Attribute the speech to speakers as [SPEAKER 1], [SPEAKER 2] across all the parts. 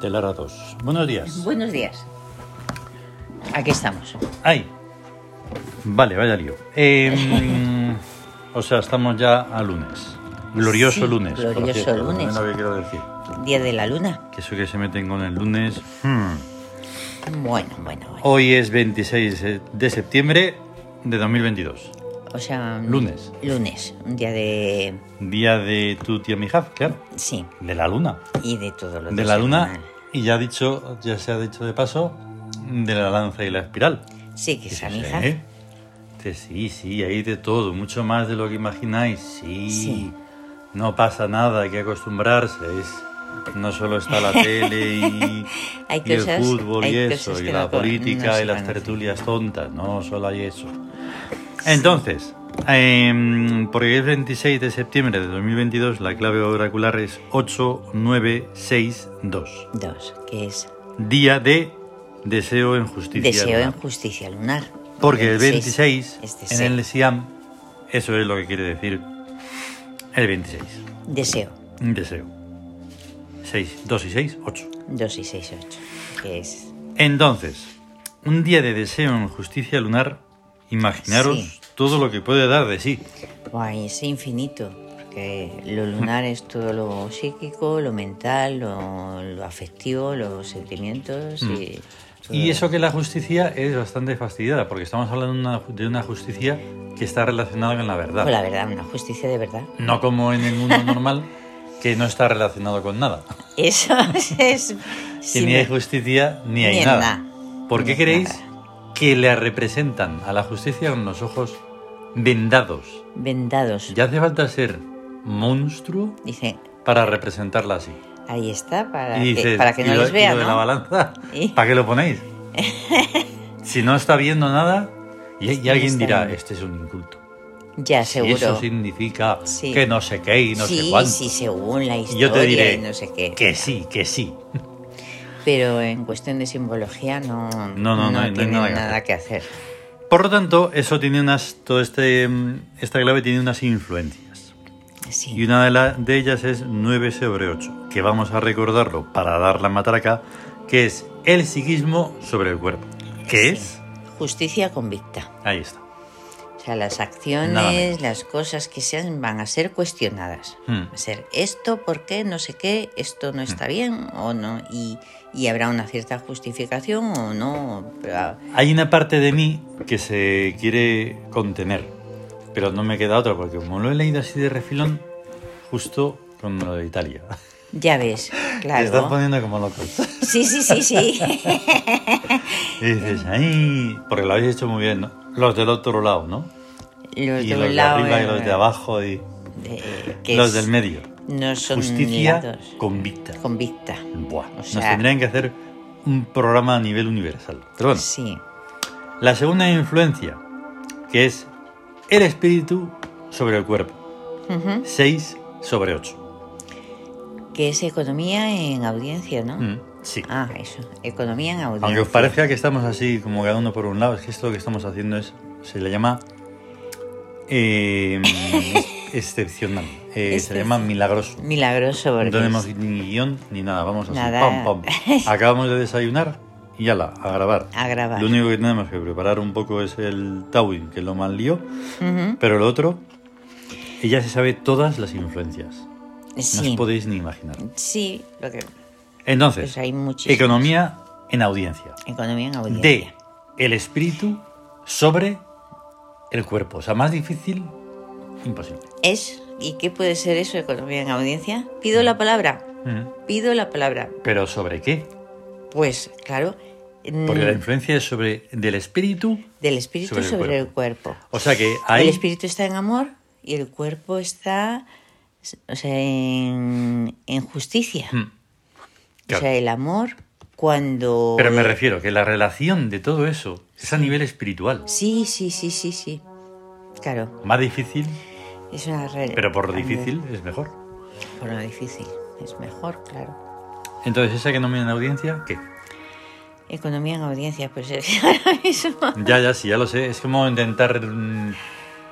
[SPEAKER 1] chicos, buenos días.
[SPEAKER 2] Buenos días. Aquí estamos.
[SPEAKER 1] ¡Ay! Vale, vaya lío. Eh, o sea, estamos ya a lunes. Glorioso
[SPEAKER 2] Sí,
[SPEAKER 1] lunes. por
[SPEAKER 2] glorioso
[SPEAKER 1] cierto,
[SPEAKER 2] lunes.
[SPEAKER 1] Es lo que quiero decir.
[SPEAKER 2] Día de la luna.
[SPEAKER 1] Que eso que se meten con el lunes. hmm.
[SPEAKER 2] Bueno, bueno, bueno.
[SPEAKER 1] Hoy es 26 de septiembre de 2022.
[SPEAKER 2] O sea, un-
[SPEAKER 1] Oh, Lunes.
[SPEAKER 2] Lunes. Un día de.
[SPEAKER 1] Día de tu tía Mijaf, claro.
[SPEAKER 2] Sí.
[SPEAKER 1] De la luna.
[SPEAKER 2] Y de todo lo
[SPEAKER 1] De la luna.
[SPEAKER 2] descomunal.
[SPEAKER 1] Y ya, ha dicho, ya se ha dicho de paso, de la lanza y la espiral.
[SPEAKER 2] Sí, que es amiga.
[SPEAKER 1] Sí, Te- sí, sí, hay de todo, mucho más de lo que imagináis. Sí,
[SPEAKER 2] Sí.
[SPEAKER 1] no pasa nada, hay que acostumbrarse. Es, no solo está la tele y,
[SPEAKER 2] Hay
[SPEAKER 1] y
[SPEAKER 2] cosas-
[SPEAKER 1] el fútbol y
[SPEAKER 2] hay
[SPEAKER 1] eso,
[SPEAKER 2] cosas
[SPEAKER 1] y
[SPEAKER 2] que
[SPEAKER 1] la
[SPEAKER 2] no co-
[SPEAKER 1] política
[SPEAKER 2] no se
[SPEAKER 1] y las
[SPEAKER 2] conocen.
[SPEAKER 1] tertulias tontas, no solo hay eso. Entonces, em, porque es 26 de septiembre de 2022, la clave oracular es 8962.
[SPEAKER 2] Dos, que es
[SPEAKER 1] Día de deseo en justicia.
[SPEAKER 2] deseo
[SPEAKER 1] lunar.
[SPEAKER 2] en justicia lunar.
[SPEAKER 1] Porque
[SPEAKER 2] Este
[SPEAKER 1] el 26
[SPEAKER 2] es
[SPEAKER 1] en
[SPEAKER 2] deseo.
[SPEAKER 1] el Siam, eso es lo que quiere decir el 26.
[SPEAKER 2] Deseo.
[SPEAKER 1] Deseo. 6, 2 y 6, 8.
[SPEAKER 2] 2 y 6, 8. Que es.
[SPEAKER 1] Entonces, un día de deseo en justicia lunar, imaginaros
[SPEAKER 2] Sí.
[SPEAKER 1] todo lo que puede dar de sí.
[SPEAKER 2] Guay, es infinito. Porque lo lunar es todo lo psíquico, lo mental, lo, lo afectivo, los sentimientos y.
[SPEAKER 1] Mm. Y
[SPEAKER 2] todo.
[SPEAKER 1] eso que la justicia es bastante fastidiada, porque estamos hablando de una, de una justicia que está relacionada con la verdad.
[SPEAKER 2] Pues la verdad, una justicia de verdad.
[SPEAKER 1] No como en el mundo normal, que no está relacionado con nada.
[SPEAKER 2] Eso es. es-
[SPEAKER 1] que
[SPEAKER 2] sí
[SPEAKER 1] ni
[SPEAKER 2] me-
[SPEAKER 1] hay justicia ni hay
[SPEAKER 2] ni hay
[SPEAKER 1] nada.
[SPEAKER 2] nada.
[SPEAKER 1] ¿Por
[SPEAKER 2] Ni
[SPEAKER 1] qué
[SPEAKER 2] hay
[SPEAKER 1] creéis
[SPEAKER 2] nada.
[SPEAKER 1] que le representan a la justicia con los ojos vendados?
[SPEAKER 2] Vendados.
[SPEAKER 1] Ya hace falta ser monstruo
[SPEAKER 2] Dice,
[SPEAKER 1] para representarla así.
[SPEAKER 2] ahí está, para,
[SPEAKER 1] y
[SPEAKER 2] que,
[SPEAKER 1] dices,
[SPEAKER 2] para que
[SPEAKER 1] "Y
[SPEAKER 2] no
[SPEAKER 1] lo-
[SPEAKER 2] les
[SPEAKER 1] y
[SPEAKER 2] vean.
[SPEAKER 1] lo de la balanza,
[SPEAKER 2] Y-
[SPEAKER 1] ¿para qué lo ponéis? si no está viendo nada, y, y
[SPEAKER 2] no
[SPEAKER 1] alguien
[SPEAKER 2] está
[SPEAKER 1] dirá,
[SPEAKER 2] viendo.
[SPEAKER 1] este es un inculto.
[SPEAKER 2] Ya,
[SPEAKER 1] Y
[SPEAKER 2] seguro.
[SPEAKER 1] eso significa
[SPEAKER 2] Sí.
[SPEAKER 1] que no sé qué y no
[SPEAKER 2] sí,
[SPEAKER 1] sé cuánto.
[SPEAKER 2] sí, según la
[SPEAKER 1] Y
[SPEAKER 2] historia
[SPEAKER 1] yo te diré
[SPEAKER 2] y no sé qué.
[SPEAKER 1] que sí, que sí.
[SPEAKER 2] Pero en cuestión de simbología no,
[SPEAKER 1] no, no hay- no hay
[SPEAKER 2] tienen
[SPEAKER 1] nada que
[SPEAKER 2] que hacer.
[SPEAKER 1] Por lo tanto, eso tiene unas, todo este, mm, esta clave tiene unas influencias.
[SPEAKER 2] Sí.
[SPEAKER 1] Y una de, la- de ellas es 9 sobre 8, que vamos a recordarlo para dar la matraca, que es el psiquismo sobre el cuerpo.
[SPEAKER 2] Sí.
[SPEAKER 1] ¿Qué es?
[SPEAKER 2] Justicia convicta.
[SPEAKER 1] Ahí está.
[SPEAKER 2] O sea, las
[SPEAKER 1] Nada menos.
[SPEAKER 2] acciones, las cosas que sean van a ser cuestionadas.
[SPEAKER 1] Hmm.
[SPEAKER 2] Va a ser esto, por qué, no sé qué, esto no está bien o no. Y, y habrá una cierta justificación o no. pero- ah,
[SPEAKER 1] Hay una parte de mí que se quiere contener, pero no me queda otra, porque como lo he leído así de refilón, justo con lo de Italia.
[SPEAKER 2] ya ves,
[SPEAKER 1] Te estás
[SPEAKER 2] claro.
[SPEAKER 1] poniendo como locos.
[SPEAKER 2] Sí, sí, sí, sí.
[SPEAKER 1] Y dices, ¡ay! Porque lo habéis hecho muy bien, ¿no? Los del otro lado, ¿no?
[SPEAKER 2] Los
[SPEAKER 1] y
[SPEAKER 2] de un
[SPEAKER 1] los de
[SPEAKER 2] lado,
[SPEAKER 1] arriba y
[SPEAKER 2] eh,
[SPEAKER 1] los de abajo y
[SPEAKER 2] de- que
[SPEAKER 1] los
[SPEAKER 2] es-
[SPEAKER 1] del medio.
[SPEAKER 2] No son
[SPEAKER 1] Justicia
[SPEAKER 2] lados.
[SPEAKER 1] convicta.
[SPEAKER 2] Convicta.
[SPEAKER 1] Buah,
[SPEAKER 2] O
[SPEAKER 1] nos
[SPEAKER 2] sea-
[SPEAKER 1] tendrían que hacer un programa a nivel universal. Pero bueno,
[SPEAKER 2] Sí.
[SPEAKER 1] la segunda influencia, que es el espíritu sobre el cuerpo.
[SPEAKER 2] Ujú.
[SPEAKER 1] 6 sobre 8.
[SPEAKER 2] Que es economía en audiencia, ¿no?
[SPEAKER 1] Mm, sí.
[SPEAKER 2] Ah, eso. Economía en audiencia.
[SPEAKER 1] Hmm. Aunque os parezca que estamos así, como cada uno por un lado, es que esto que estamos haciendo es se le llama eh, ex- excepcional. Eh, se le llama milagroso.
[SPEAKER 2] Milagroso porque
[SPEAKER 1] No tenemos
[SPEAKER 2] es-
[SPEAKER 1] ni guión ni nada, vamos así.
[SPEAKER 2] Nada.
[SPEAKER 1] Pam, pam. Acabamos de desayunar y ala, a grabar.
[SPEAKER 2] a grabar.
[SPEAKER 1] Lo único que tenemos que preparar un poco es el Tawin, que es lo más lío,
[SPEAKER 2] Ujú.
[SPEAKER 1] pero lo otro, ella se sabe todas las influencias. No os
[SPEAKER 2] Sí.
[SPEAKER 1] podéis ni imaginar.
[SPEAKER 2] Sí, lo que...
[SPEAKER 1] Entonces,
[SPEAKER 2] Pues hay muchísimas.
[SPEAKER 1] economía en audiencia.
[SPEAKER 2] Economía en audiencia.
[SPEAKER 1] De el espíritu sobre el cuerpo. O sea, más difícil, imposible.
[SPEAKER 2] Es... ¿Y qué puede ser eso, economía en audiencia? Pido la palabra.
[SPEAKER 1] Ujú.
[SPEAKER 2] Pido la palabra.
[SPEAKER 1] Pero ¿sobre qué?
[SPEAKER 2] Pues, claro, mm,
[SPEAKER 1] Porque la influencia es sobre del espíritu.
[SPEAKER 2] del espíritu
[SPEAKER 1] sobre
[SPEAKER 2] sobre,
[SPEAKER 1] el
[SPEAKER 2] el cuerpo.
[SPEAKER 1] O sea que hay...
[SPEAKER 2] El espíritu está en amor y el cuerpo está o sea, en, en justicia.
[SPEAKER 1] Mm.
[SPEAKER 2] O
[SPEAKER 1] Claro.
[SPEAKER 2] sea, el amor cuando...
[SPEAKER 1] Pero me refiero que la relación de todo eso es a nivel espiritual.
[SPEAKER 2] Sí, sí, sí, sí, sí. Claro,
[SPEAKER 1] Más difícil,
[SPEAKER 2] es una re-
[SPEAKER 1] pero por
[SPEAKER 2] también.
[SPEAKER 1] difícil es mejor.
[SPEAKER 2] Por lo difícil, es mejor, claro.
[SPEAKER 1] Entonces, esa que no me en audiencia, ¿qué?
[SPEAKER 2] Economía en audiencia, pues es que ahora mismo...
[SPEAKER 1] Ya, ya, sí, ya lo sé. Es como intentar, mm,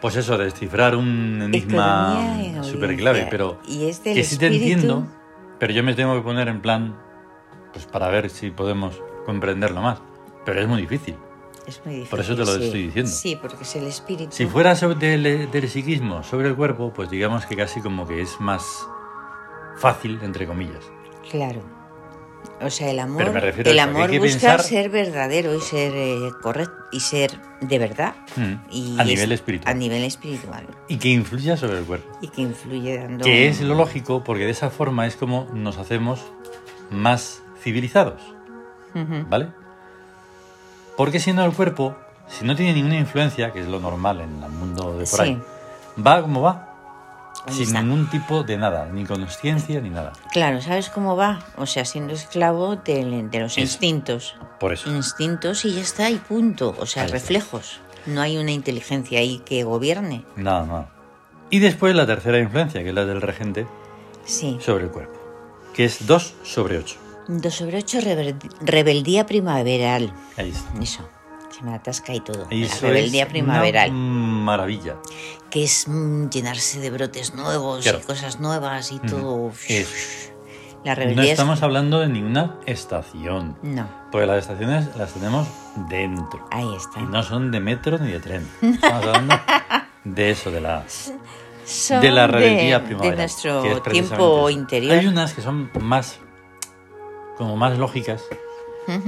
[SPEAKER 1] pues eso, descifrar un
[SPEAKER 2] Economía en
[SPEAKER 1] enigma
[SPEAKER 2] audiencia.
[SPEAKER 1] súper clave, pero
[SPEAKER 2] Y es del
[SPEAKER 1] que sí te
[SPEAKER 2] espíritu.
[SPEAKER 1] entiendo, pero yo me tengo que poner en plan pues para ver si podemos comprenderlo más. Pero es muy difícil.
[SPEAKER 2] Es muy difícil.
[SPEAKER 1] Por eso te lo
[SPEAKER 2] sí.
[SPEAKER 1] estoy diciendo.
[SPEAKER 2] Sí, porque es el espíritu.
[SPEAKER 1] Si fuera sobre- del, del psiquismo sobre el cuerpo, pues digamos que casi como que es más fácil, entre comillas.
[SPEAKER 2] Claro. O sea, el amor,
[SPEAKER 1] Pero me refiero a
[SPEAKER 2] el
[SPEAKER 1] eso, que hay
[SPEAKER 2] amor
[SPEAKER 1] que
[SPEAKER 2] busca
[SPEAKER 1] pensar-
[SPEAKER 2] ser verdadero y ser eh, correcto y ser de verdad.
[SPEAKER 1] Mm,
[SPEAKER 2] Y
[SPEAKER 1] a
[SPEAKER 2] es-
[SPEAKER 1] nivel espiritual.
[SPEAKER 2] A nivel espiritual.
[SPEAKER 1] Y que influya sobre el cuerpo.
[SPEAKER 2] Y que influye dando.
[SPEAKER 1] Que es lo lógico, porque de esa forma es como nos hacemos más civilizados.
[SPEAKER 2] Ujú.
[SPEAKER 1] ¿Vale? Porque si no, el cuerpo, si no tiene ninguna influencia, que es lo normal en el mundo de por
[SPEAKER 2] Sí.
[SPEAKER 1] ahí, va como va,
[SPEAKER 2] Ahí
[SPEAKER 1] sin
[SPEAKER 2] está.
[SPEAKER 1] ningún tipo de nada, ni conciencia ni nada.
[SPEAKER 2] Claro, ¿sabes cómo va? O sea, siendo esclavo del- de, los
[SPEAKER 1] Eso.
[SPEAKER 2] instintos.
[SPEAKER 1] Por eso.
[SPEAKER 2] Instintos y ya está, y punto. O sea,
[SPEAKER 1] Ahí está.
[SPEAKER 2] reflejos. No hay una inteligencia ahí que gobierne.
[SPEAKER 1] Nada, nada. Y después la tercera influencia, que es la del regente
[SPEAKER 2] Sí.
[SPEAKER 1] sobre el cuerpo, que es 2 sobre 8.
[SPEAKER 2] 2 sobre 8, rebeldía primaveral.
[SPEAKER 1] Ahí está.
[SPEAKER 2] Eso, se me atasca y todo.
[SPEAKER 1] Eso es
[SPEAKER 2] la rebeldía
[SPEAKER 1] una
[SPEAKER 2] primaveral,
[SPEAKER 1] maravilla.
[SPEAKER 2] que es mm, llenarse de brotes nuevos
[SPEAKER 1] Claro.
[SPEAKER 2] y cosas nuevas y todo.
[SPEAKER 1] Eso.
[SPEAKER 2] La
[SPEAKER 1] No
[SPEAKER 2] rebeldía es-
[SPEAKER 1] estamos hablando de ninguna estación.
[SPEAKER 2] No,
[SPEAKER 1] Porque las estaciones las tenemos dentro.
[SPEAKER 2] ahí está.
[SPEAKER 1] Y no son de metro ni de tren. Estamos hablando de eso, de la,
[SPEAKER 2] Son
[SPEAKER 1] de la rebeldía
[SPEAKER 2] de
[SPEAKER 1] primaveral. que es
[SPEAKER 2] nuestro
[SPEAKER 1] precisamente
[SPEAKER 2] tiempo
[SPEAKER 1] eso.
[SPEAKER 2] interior.
[SPEAKER 1] Hay unas que son más, como más lógicas.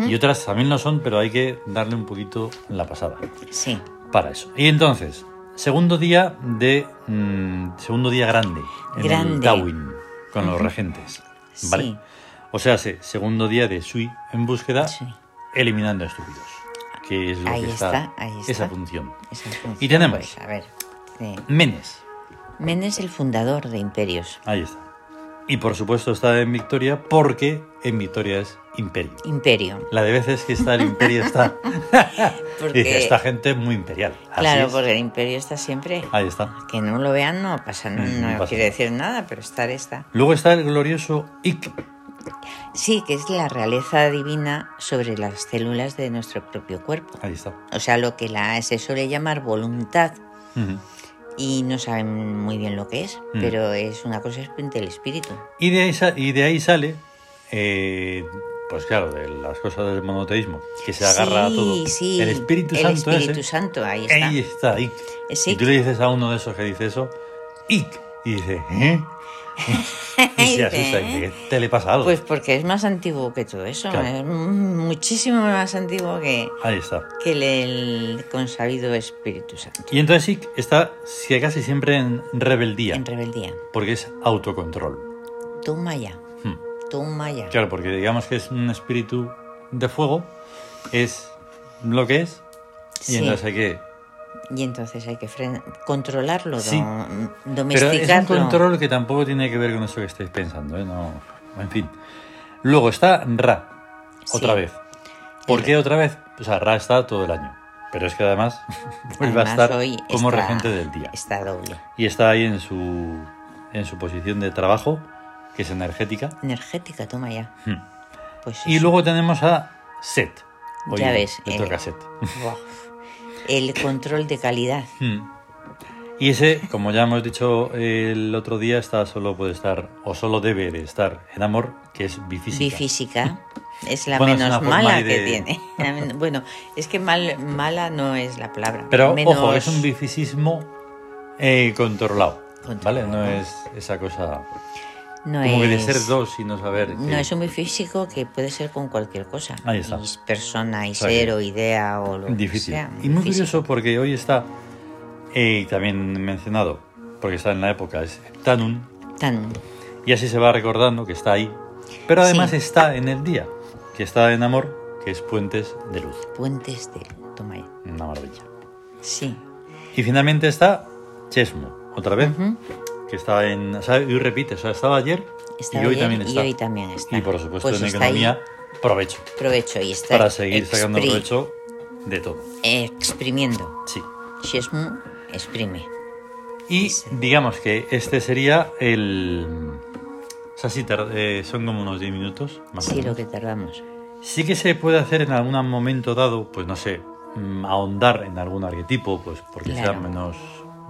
[SPEAKER 1] Y otras también lo son, pero hay que darle un poquito la pasada
[SPEAKER 2] Sí,
[SPEAKER 1] para eso. Y entonces, segundo día de. mm, segundo día grande en el
[SPEAKER 2] Grande.
[SPEAKER 1] Tawin con los regentes. ¿Vale?
[SPEAKER 2] Sí.
[SPEAKER 1] O sea, sí, segundo día de Sui en búsqueda,
[SPEAKER 2] Sí.
[SPEAKER 1] eliminando estúpidos. Que es lo
[SPEAKER 2] Ahí
[SPEAKER 1] que
[SPEAKER 2] está, ahí está.
[SPEAKER 1] esa función.
[SPEAKER 2] esa función,
[SPEAKER 1] Y tenemos-
[SPEAKER 2] pues, a ver, sí.
[SPEAKER 1] Menes,
[SPEAKER 2] Menes, el fundador de imperios.
[SPEAKER 1] ahí está. Y por supuesto está en Victoria porque en Victoria es imperio.
[SPEAKER 2] Imperio.
[SPEAKER 1] La de veces que está el imperio está. Dice,
[SPEAKER 2] Porque,
[SPEAKER 1] esta gente es muy imperial. Así
[SPEAKER 2] claro,
[SPEAKER 1] es.
[SPEAKER 2] porque el imperio está siempre.
[SPEAKER 1] Ahí está.
[SPEAKER 2] Que no lo vean no pasa, no,
[SPEAKER 1] Mm, no
[SPEAKER 2] no
[SPEAKER 1] pasa
[SPEAKER 2] quiere
[SPEAKER 1] nada.
[SPEAKER 2] decir nada, pero estar está.
[SPEAKER 1] Luego está el glorioso Ik,
[SPEAKER 2] Sí, que es la realeza divina sobre las células de nuestro propio cuerpo.
[SPEAKER 1] ahí está.
[SPEAKER 2] O sea, lo que la, se suele llamar voluntad
[SPEAKER 1] Ujú.
[SPEAKER 2] y no saben muy bien lo que es,
[SPEAKER 1] Mm.
[SPEAKER 2] pero es una cosa del espíritu.
[SPEAKER 1] Y de ahí, sa- y de ahí sale, eh, pues claro, de las cosas del monoteísmo, que se agarra
[SPEAKER 2] Sí,
[SPEAKER 1] a todo.
[SPEAKER 2] sí,
[SPEAKER 1] el Espíritu
[SPEAKER 2] el
[SPEAKER 1] Santo ¿eh?
[SPEAKER 2] Espíritu
[SPEAKER 1] ese.
[SPEAKER 2] Santo, ahí está.
[SPEAKER 1] Ahí está, Ick.
[SPEAKER 2] Es
[SPEAKER 1] Y tú
[SPEAKER 2] Ick.
[SPEAKER 1] le dices a uno de esos que dice eso, Ick. Y dice, ¿eh? y se asusta y dice, ¿te le pasa algo?
[SPEAKER 2] Pues porque es más antiguo que todo eso,
[SPEAKER 1] Claro.
[SPEAKER 2] es muchísimo más antiguo que,
[SPEAKER 1] ahí está.
[SPEAKER 2] que el, el consabido Espíritu Santo.
[SPEAKER 1] Y entonces Ick está si- casi siempre en rebeldía,
[SPEAKER 2] En rebeldía.
[SPEAKER 1] porque es autocontrol.
[SPEAKER 2] Toma ya,
[SPEAKER 1] Hmm.
[SPEAKER 2] toma ya.
[SPEAKER 1] Claro, porque digamos que es un espíritu de fuego, es lo que es, y
[SPEAKER 2] Sí.
[SPEAKER 1] entonces hay que
[SPEAKER 2] Y entonces hay que fren- controlarlo, do-
[SPEAKER 1] Sí. Pero es un
[SPEAKER 2] domesticarlo.
[SPEAKER 1] control que tampoco tiene que ver con eso que estáis pensando, ¿eh? No, en fin. Luego está Ra, otra
[SPEAKER 2] Sí.
[SPEAKER 1] vez. ¿Por qué otra vez? O sea, Ra está todo el año. Pero es que además vuelve a
[SPEAKER 2] Además,
[SPEAKER 1] estar
[SPEAKER 2] hoy
[SPEAKER 1] como
[SPEAKER 2] está-
[SPEAKER 1] regente del día.
[SPEAKER 2] Está doble.
[SPEAKER 1] Y está ahí en su, en su posición de trabajo, que es energética.
[SPEAKER 2] Energética, toma ya.
[SPEAKER 1] Hmm.
[SPEAKER 2] Pues
[SPEAKER 1] Y
[SPEAKER 2] eso.
[SPEAKER 1] luego tenemos a Set.
[SPEAKER 2] Ya ves,
[SPEAKER 1] Le
[SPEAKER 2] eh.
[SPEAKER 1] toca a Set.
[SPEAKER 2] Buah. El control de calidad.
[SPEAKER 1] Hmm. Y ese, como ya hemos dicho el otro día, está solo puede estar, o solo debe de estar en amor, que es bifísica.
[SPEAKER 2] Bifísica. Es la
[SPEAKER 1] Bueno, es una
[SPEAKER 2] menos
[SPEAKER 1] forma
[SPEAKER 2] mala
[SPEAKER 1] ahí de-
[SPEAKER 2] que tiene. La men- bueno, es que mal, mala no es la palabra.
[SPEAKER 1] Pero
[SPEAKER 2] Menos-
[SPEAKER 1] ojo, es un bifisismo eh, controlado, ¿vale?
[SPEAKER 2] Controlado.
[SPEAKER 1] No es esa cosa
[SPEAKER 2] no
[SPEAKER 1] como que de
[SPEAKER 2] es-
[SPEAKER 1] ser dos y no saber.
[SPEAKER 2] No
[SPEAKER 1] que-
[SPEAKER 2] es un bifísico que puede ser con cualquier cosa.
[SPEAKER 1] Ahí está.
[SPEAKER 2] Y es persona, y
[SPEAKER 1] Está
[SPEAKER 2] ser,
[SPEAKER 1] bien.
[SPEAKER 2] o idea, o lo
[SPEAKER 1] Difícil.
[SPEAKER 2] que sea.
[SPEAKER 1] y muy
[SPEAKER 2] Bifísico.
[SPEAKER 1] curioso porque hoy está, eh, también mencionado, porque está en la época, es Tanun,
[SPEAKER 2] Tan,
[SPEAKER 1] y así se va recordando que está ahí. Pero además
[SPEAKER 2] Sí.
[SPEAKER 1] está en el día, que está en amor, que es puentes de luz.
[SPEAKER 2] puentes de... Toma ya.
[SPEAKER 1] Una maravilla.
[SPEAKER 2] Sí.
[SPEAKER 1] Y finalmente está Chesmo, otra vez,
[SPEAKER 2] Ujú.
[SPEAKER 1] que está en. O sea, y repite, o sea, estaba ayer
[SPEAKER 2] Estaba
[SPEAKER 1] y hoy
[SPEAKER 2] ayer
[SPEAKER 1] también
[SPEAKER 2] y
[SPEAKER 1] está.
[SPEAKER 2] hoy también está.
[SPEAKER 1] Y por supuesto,
[SPEAKER 2] Pues
[SPEAKER 1] en
[SPEAKER 2] está ahí.
[SPEAKER 1] economía, provecho.
[SPEAKER 2] Provecho y está
[SPEAKER 1] Para seguir sacando
[SPEAKER 2] expri- eh,
[SPEAKER 1] provecho de todo.
[SPEAKER 2] Exprimiendo.
[SPEAKER 1] Sí.
[SPEAKER 2] Shesmu exprime.
[SPEAKER 1] Y
[SPEAKER 2] Sí.
[SPEAKER 1] digamos que este sería el. O sea, sí, tar- eh, son como unos 10 minutos más o
[SPEAKER 2] Sí,
[SPEAKER 1] menos.
[SPEAKER 2] lo que tardamos.
[SPEAKER 1] Sí que se puede hacer en algún momento dado, pues no sé, mm, ahondar en algún arquetipo, pues porque sea
[SPEAKER 2] Claro.
[SPEAKER 1] menos,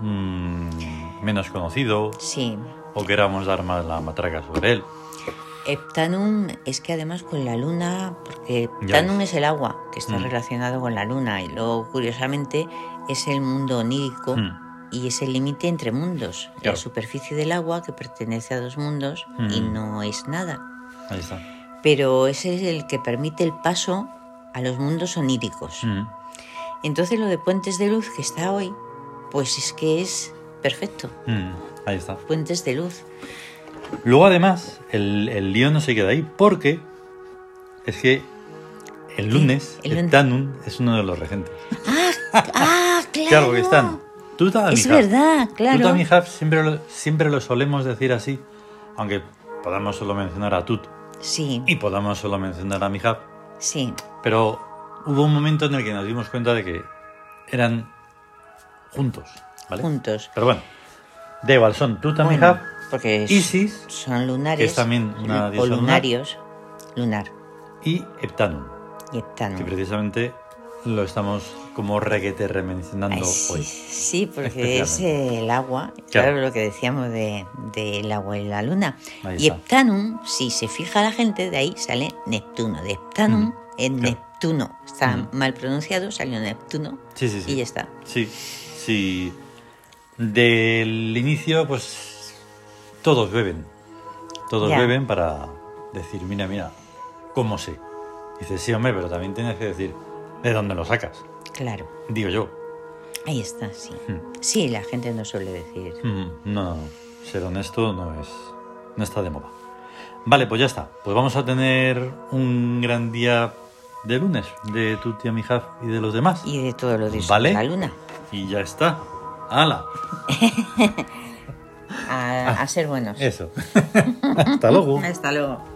[SPEAKER 1] mm, menos conocido
[SPEAKER 2] Sí.
[SPEAKER 1] o queramos dar más la matraca sobre él.
[SPEAKER 2] Heptanum es que además con la luna, porque Heptanum es el agua, que está
[SPEAKER 1] Mm.
[SPEAKER 2] relacionado con la luna, y luego curiosamente es el mundo onírico
[SPEAKER 1] Mm.
[SPEAKER 2] y es el límite entre mundos, la
[SPEAKER 1] Claro.
[SPEAKER 2] superficie del agua que pertenece a dos mundos y
[SPEAKER 1] Mm.
[SPEAKER 2] no es nada.
[SPEAKER 1] Ahí está.
[SPEAKER 2] Pero ese es el que permite el paso a los mundos oníricos.
[SPEAKER 1] Mm.
[SPEAKER 2] Entonces lo de Puentes de Luz que está hoy, pues es que es perfecto.
[SPEAKER 1] Mm. Ahí está.
[SPEAKER 2] Puentes de Luz.
[SPEAKER 1] Luego además, el, el lío no se queda ahí porque es que el lunes,
[SPEAKER 2] El
[SPEAKER 1] el,
[SPEAKER 2] lunes.
[SPEAKER 1] Tanum es uno de los regentes.
[SPEAKER 2] Ah, claro.
[SPEAKER 1] Claro, porque están Tuta y
[SPEAKER 2] Es
[SPEAKER 1] Mihab.
[SPEAKER 2] verdad, claro.
[SPEAKER 1] Tuta y Mihab siempre lo, siempre lo solemos decir así, aunque podamos solo mencionar a Tut
[SPEAKER 2] Sí,
[SPEAKER 1] y podamos solo mencionar a Mihab,
[SPEAKER 2] sí,
[SPEAKER 1] pero hubo un momento en el que nos dimos cuenta de que eran juntos, ¿vale?
[SPEAKER 2] juntos.
[SPEAKER 1] Pero bueno, da igual, son Tuta
[SPEAKER 2] Bueno,
[SPEAKER 1] Mihab,
[SPEAKER 2] porque es-
[SPEAKER 1] Isis
[SPEAKER 2] son lunares.
[SPEAKER 1] que es también una
[SPEAKER 2] o
[SPEAKER 1] diosa lunar.
[SPEAKER 2] lunarios. Lunar.
[SPEAKER 1] y Heptanum.
[SPEAKER 2] Y heptano.
[SPEAKER 1] que precisamente lo estamos como requete remencionando
[SPEAKER 2] Ay, sí,
[SPEAKER 1] hoy.
[SPEAKER 2] sí, porque es eh,
[SPEAKER 1] Especialmente.
[SPEAKER 2] el agua, claro,
[SPEAKER 1] Claro.
[SPEAKER 2] lo que decíamos de- del agua y la luna.
[SPEAKER 1] Ahí
[SPEAKER 2] y
[SPEAKER 1] está.
[SPEAKER 2] Heptanum, si se fija la gente, de ahí sale Neptuno. De Heptanum
[SPEAKER 1] Ujú.
[SPEAKER 2] en
[SPEAKER 1] Claro.
[SPEAKER 2] Neptuno. Está
[SPEAKER 1] Ujú.
[SPEAKER 2] mal pronunciado, salió Neptuno
[SPEAKER 1] Sí, sí, sí.
[SPEAKER 2] y ya está.
[SPEAKER 1] Sí, sí. Del inicio, pues todos beben. Todos
[SPEAKER 2] Ya.
[SPEAKER 1] beben para decir, mira, mira, ¿cómo sé? Dices, sí, hombre, pero también tienes que decir, ¿de dónde lo sacas?
[SPEAKER 2] Claro,
[SPEAKER 1] Digo yo.
[SPEAKER 2] ahí está, sí.
[SPEAKER 1] Mm.
[SPEAKER 2] Sí, la gente no suele decir.
[SPEAKER 1] Mm, No, no, no. ser honesto no es. no está de moda. Vale, pues ya está. Pues vamos a tener un gran día de lunes de tu tía Mijaf y de los demás.
[SPEAKER 2] Y de todo lo de
[SPEAKER 1] Vale.
[SPEAKER 2] la luna.
[SPEAKER 1] Y ya está. ¡Hala!
[SPEAKER 2] A, a ser buenos.
[SPEAKER 1] Ah, eh, Eso. Hasta luego.
[SPEAKER 2] Mm, Hasta luego.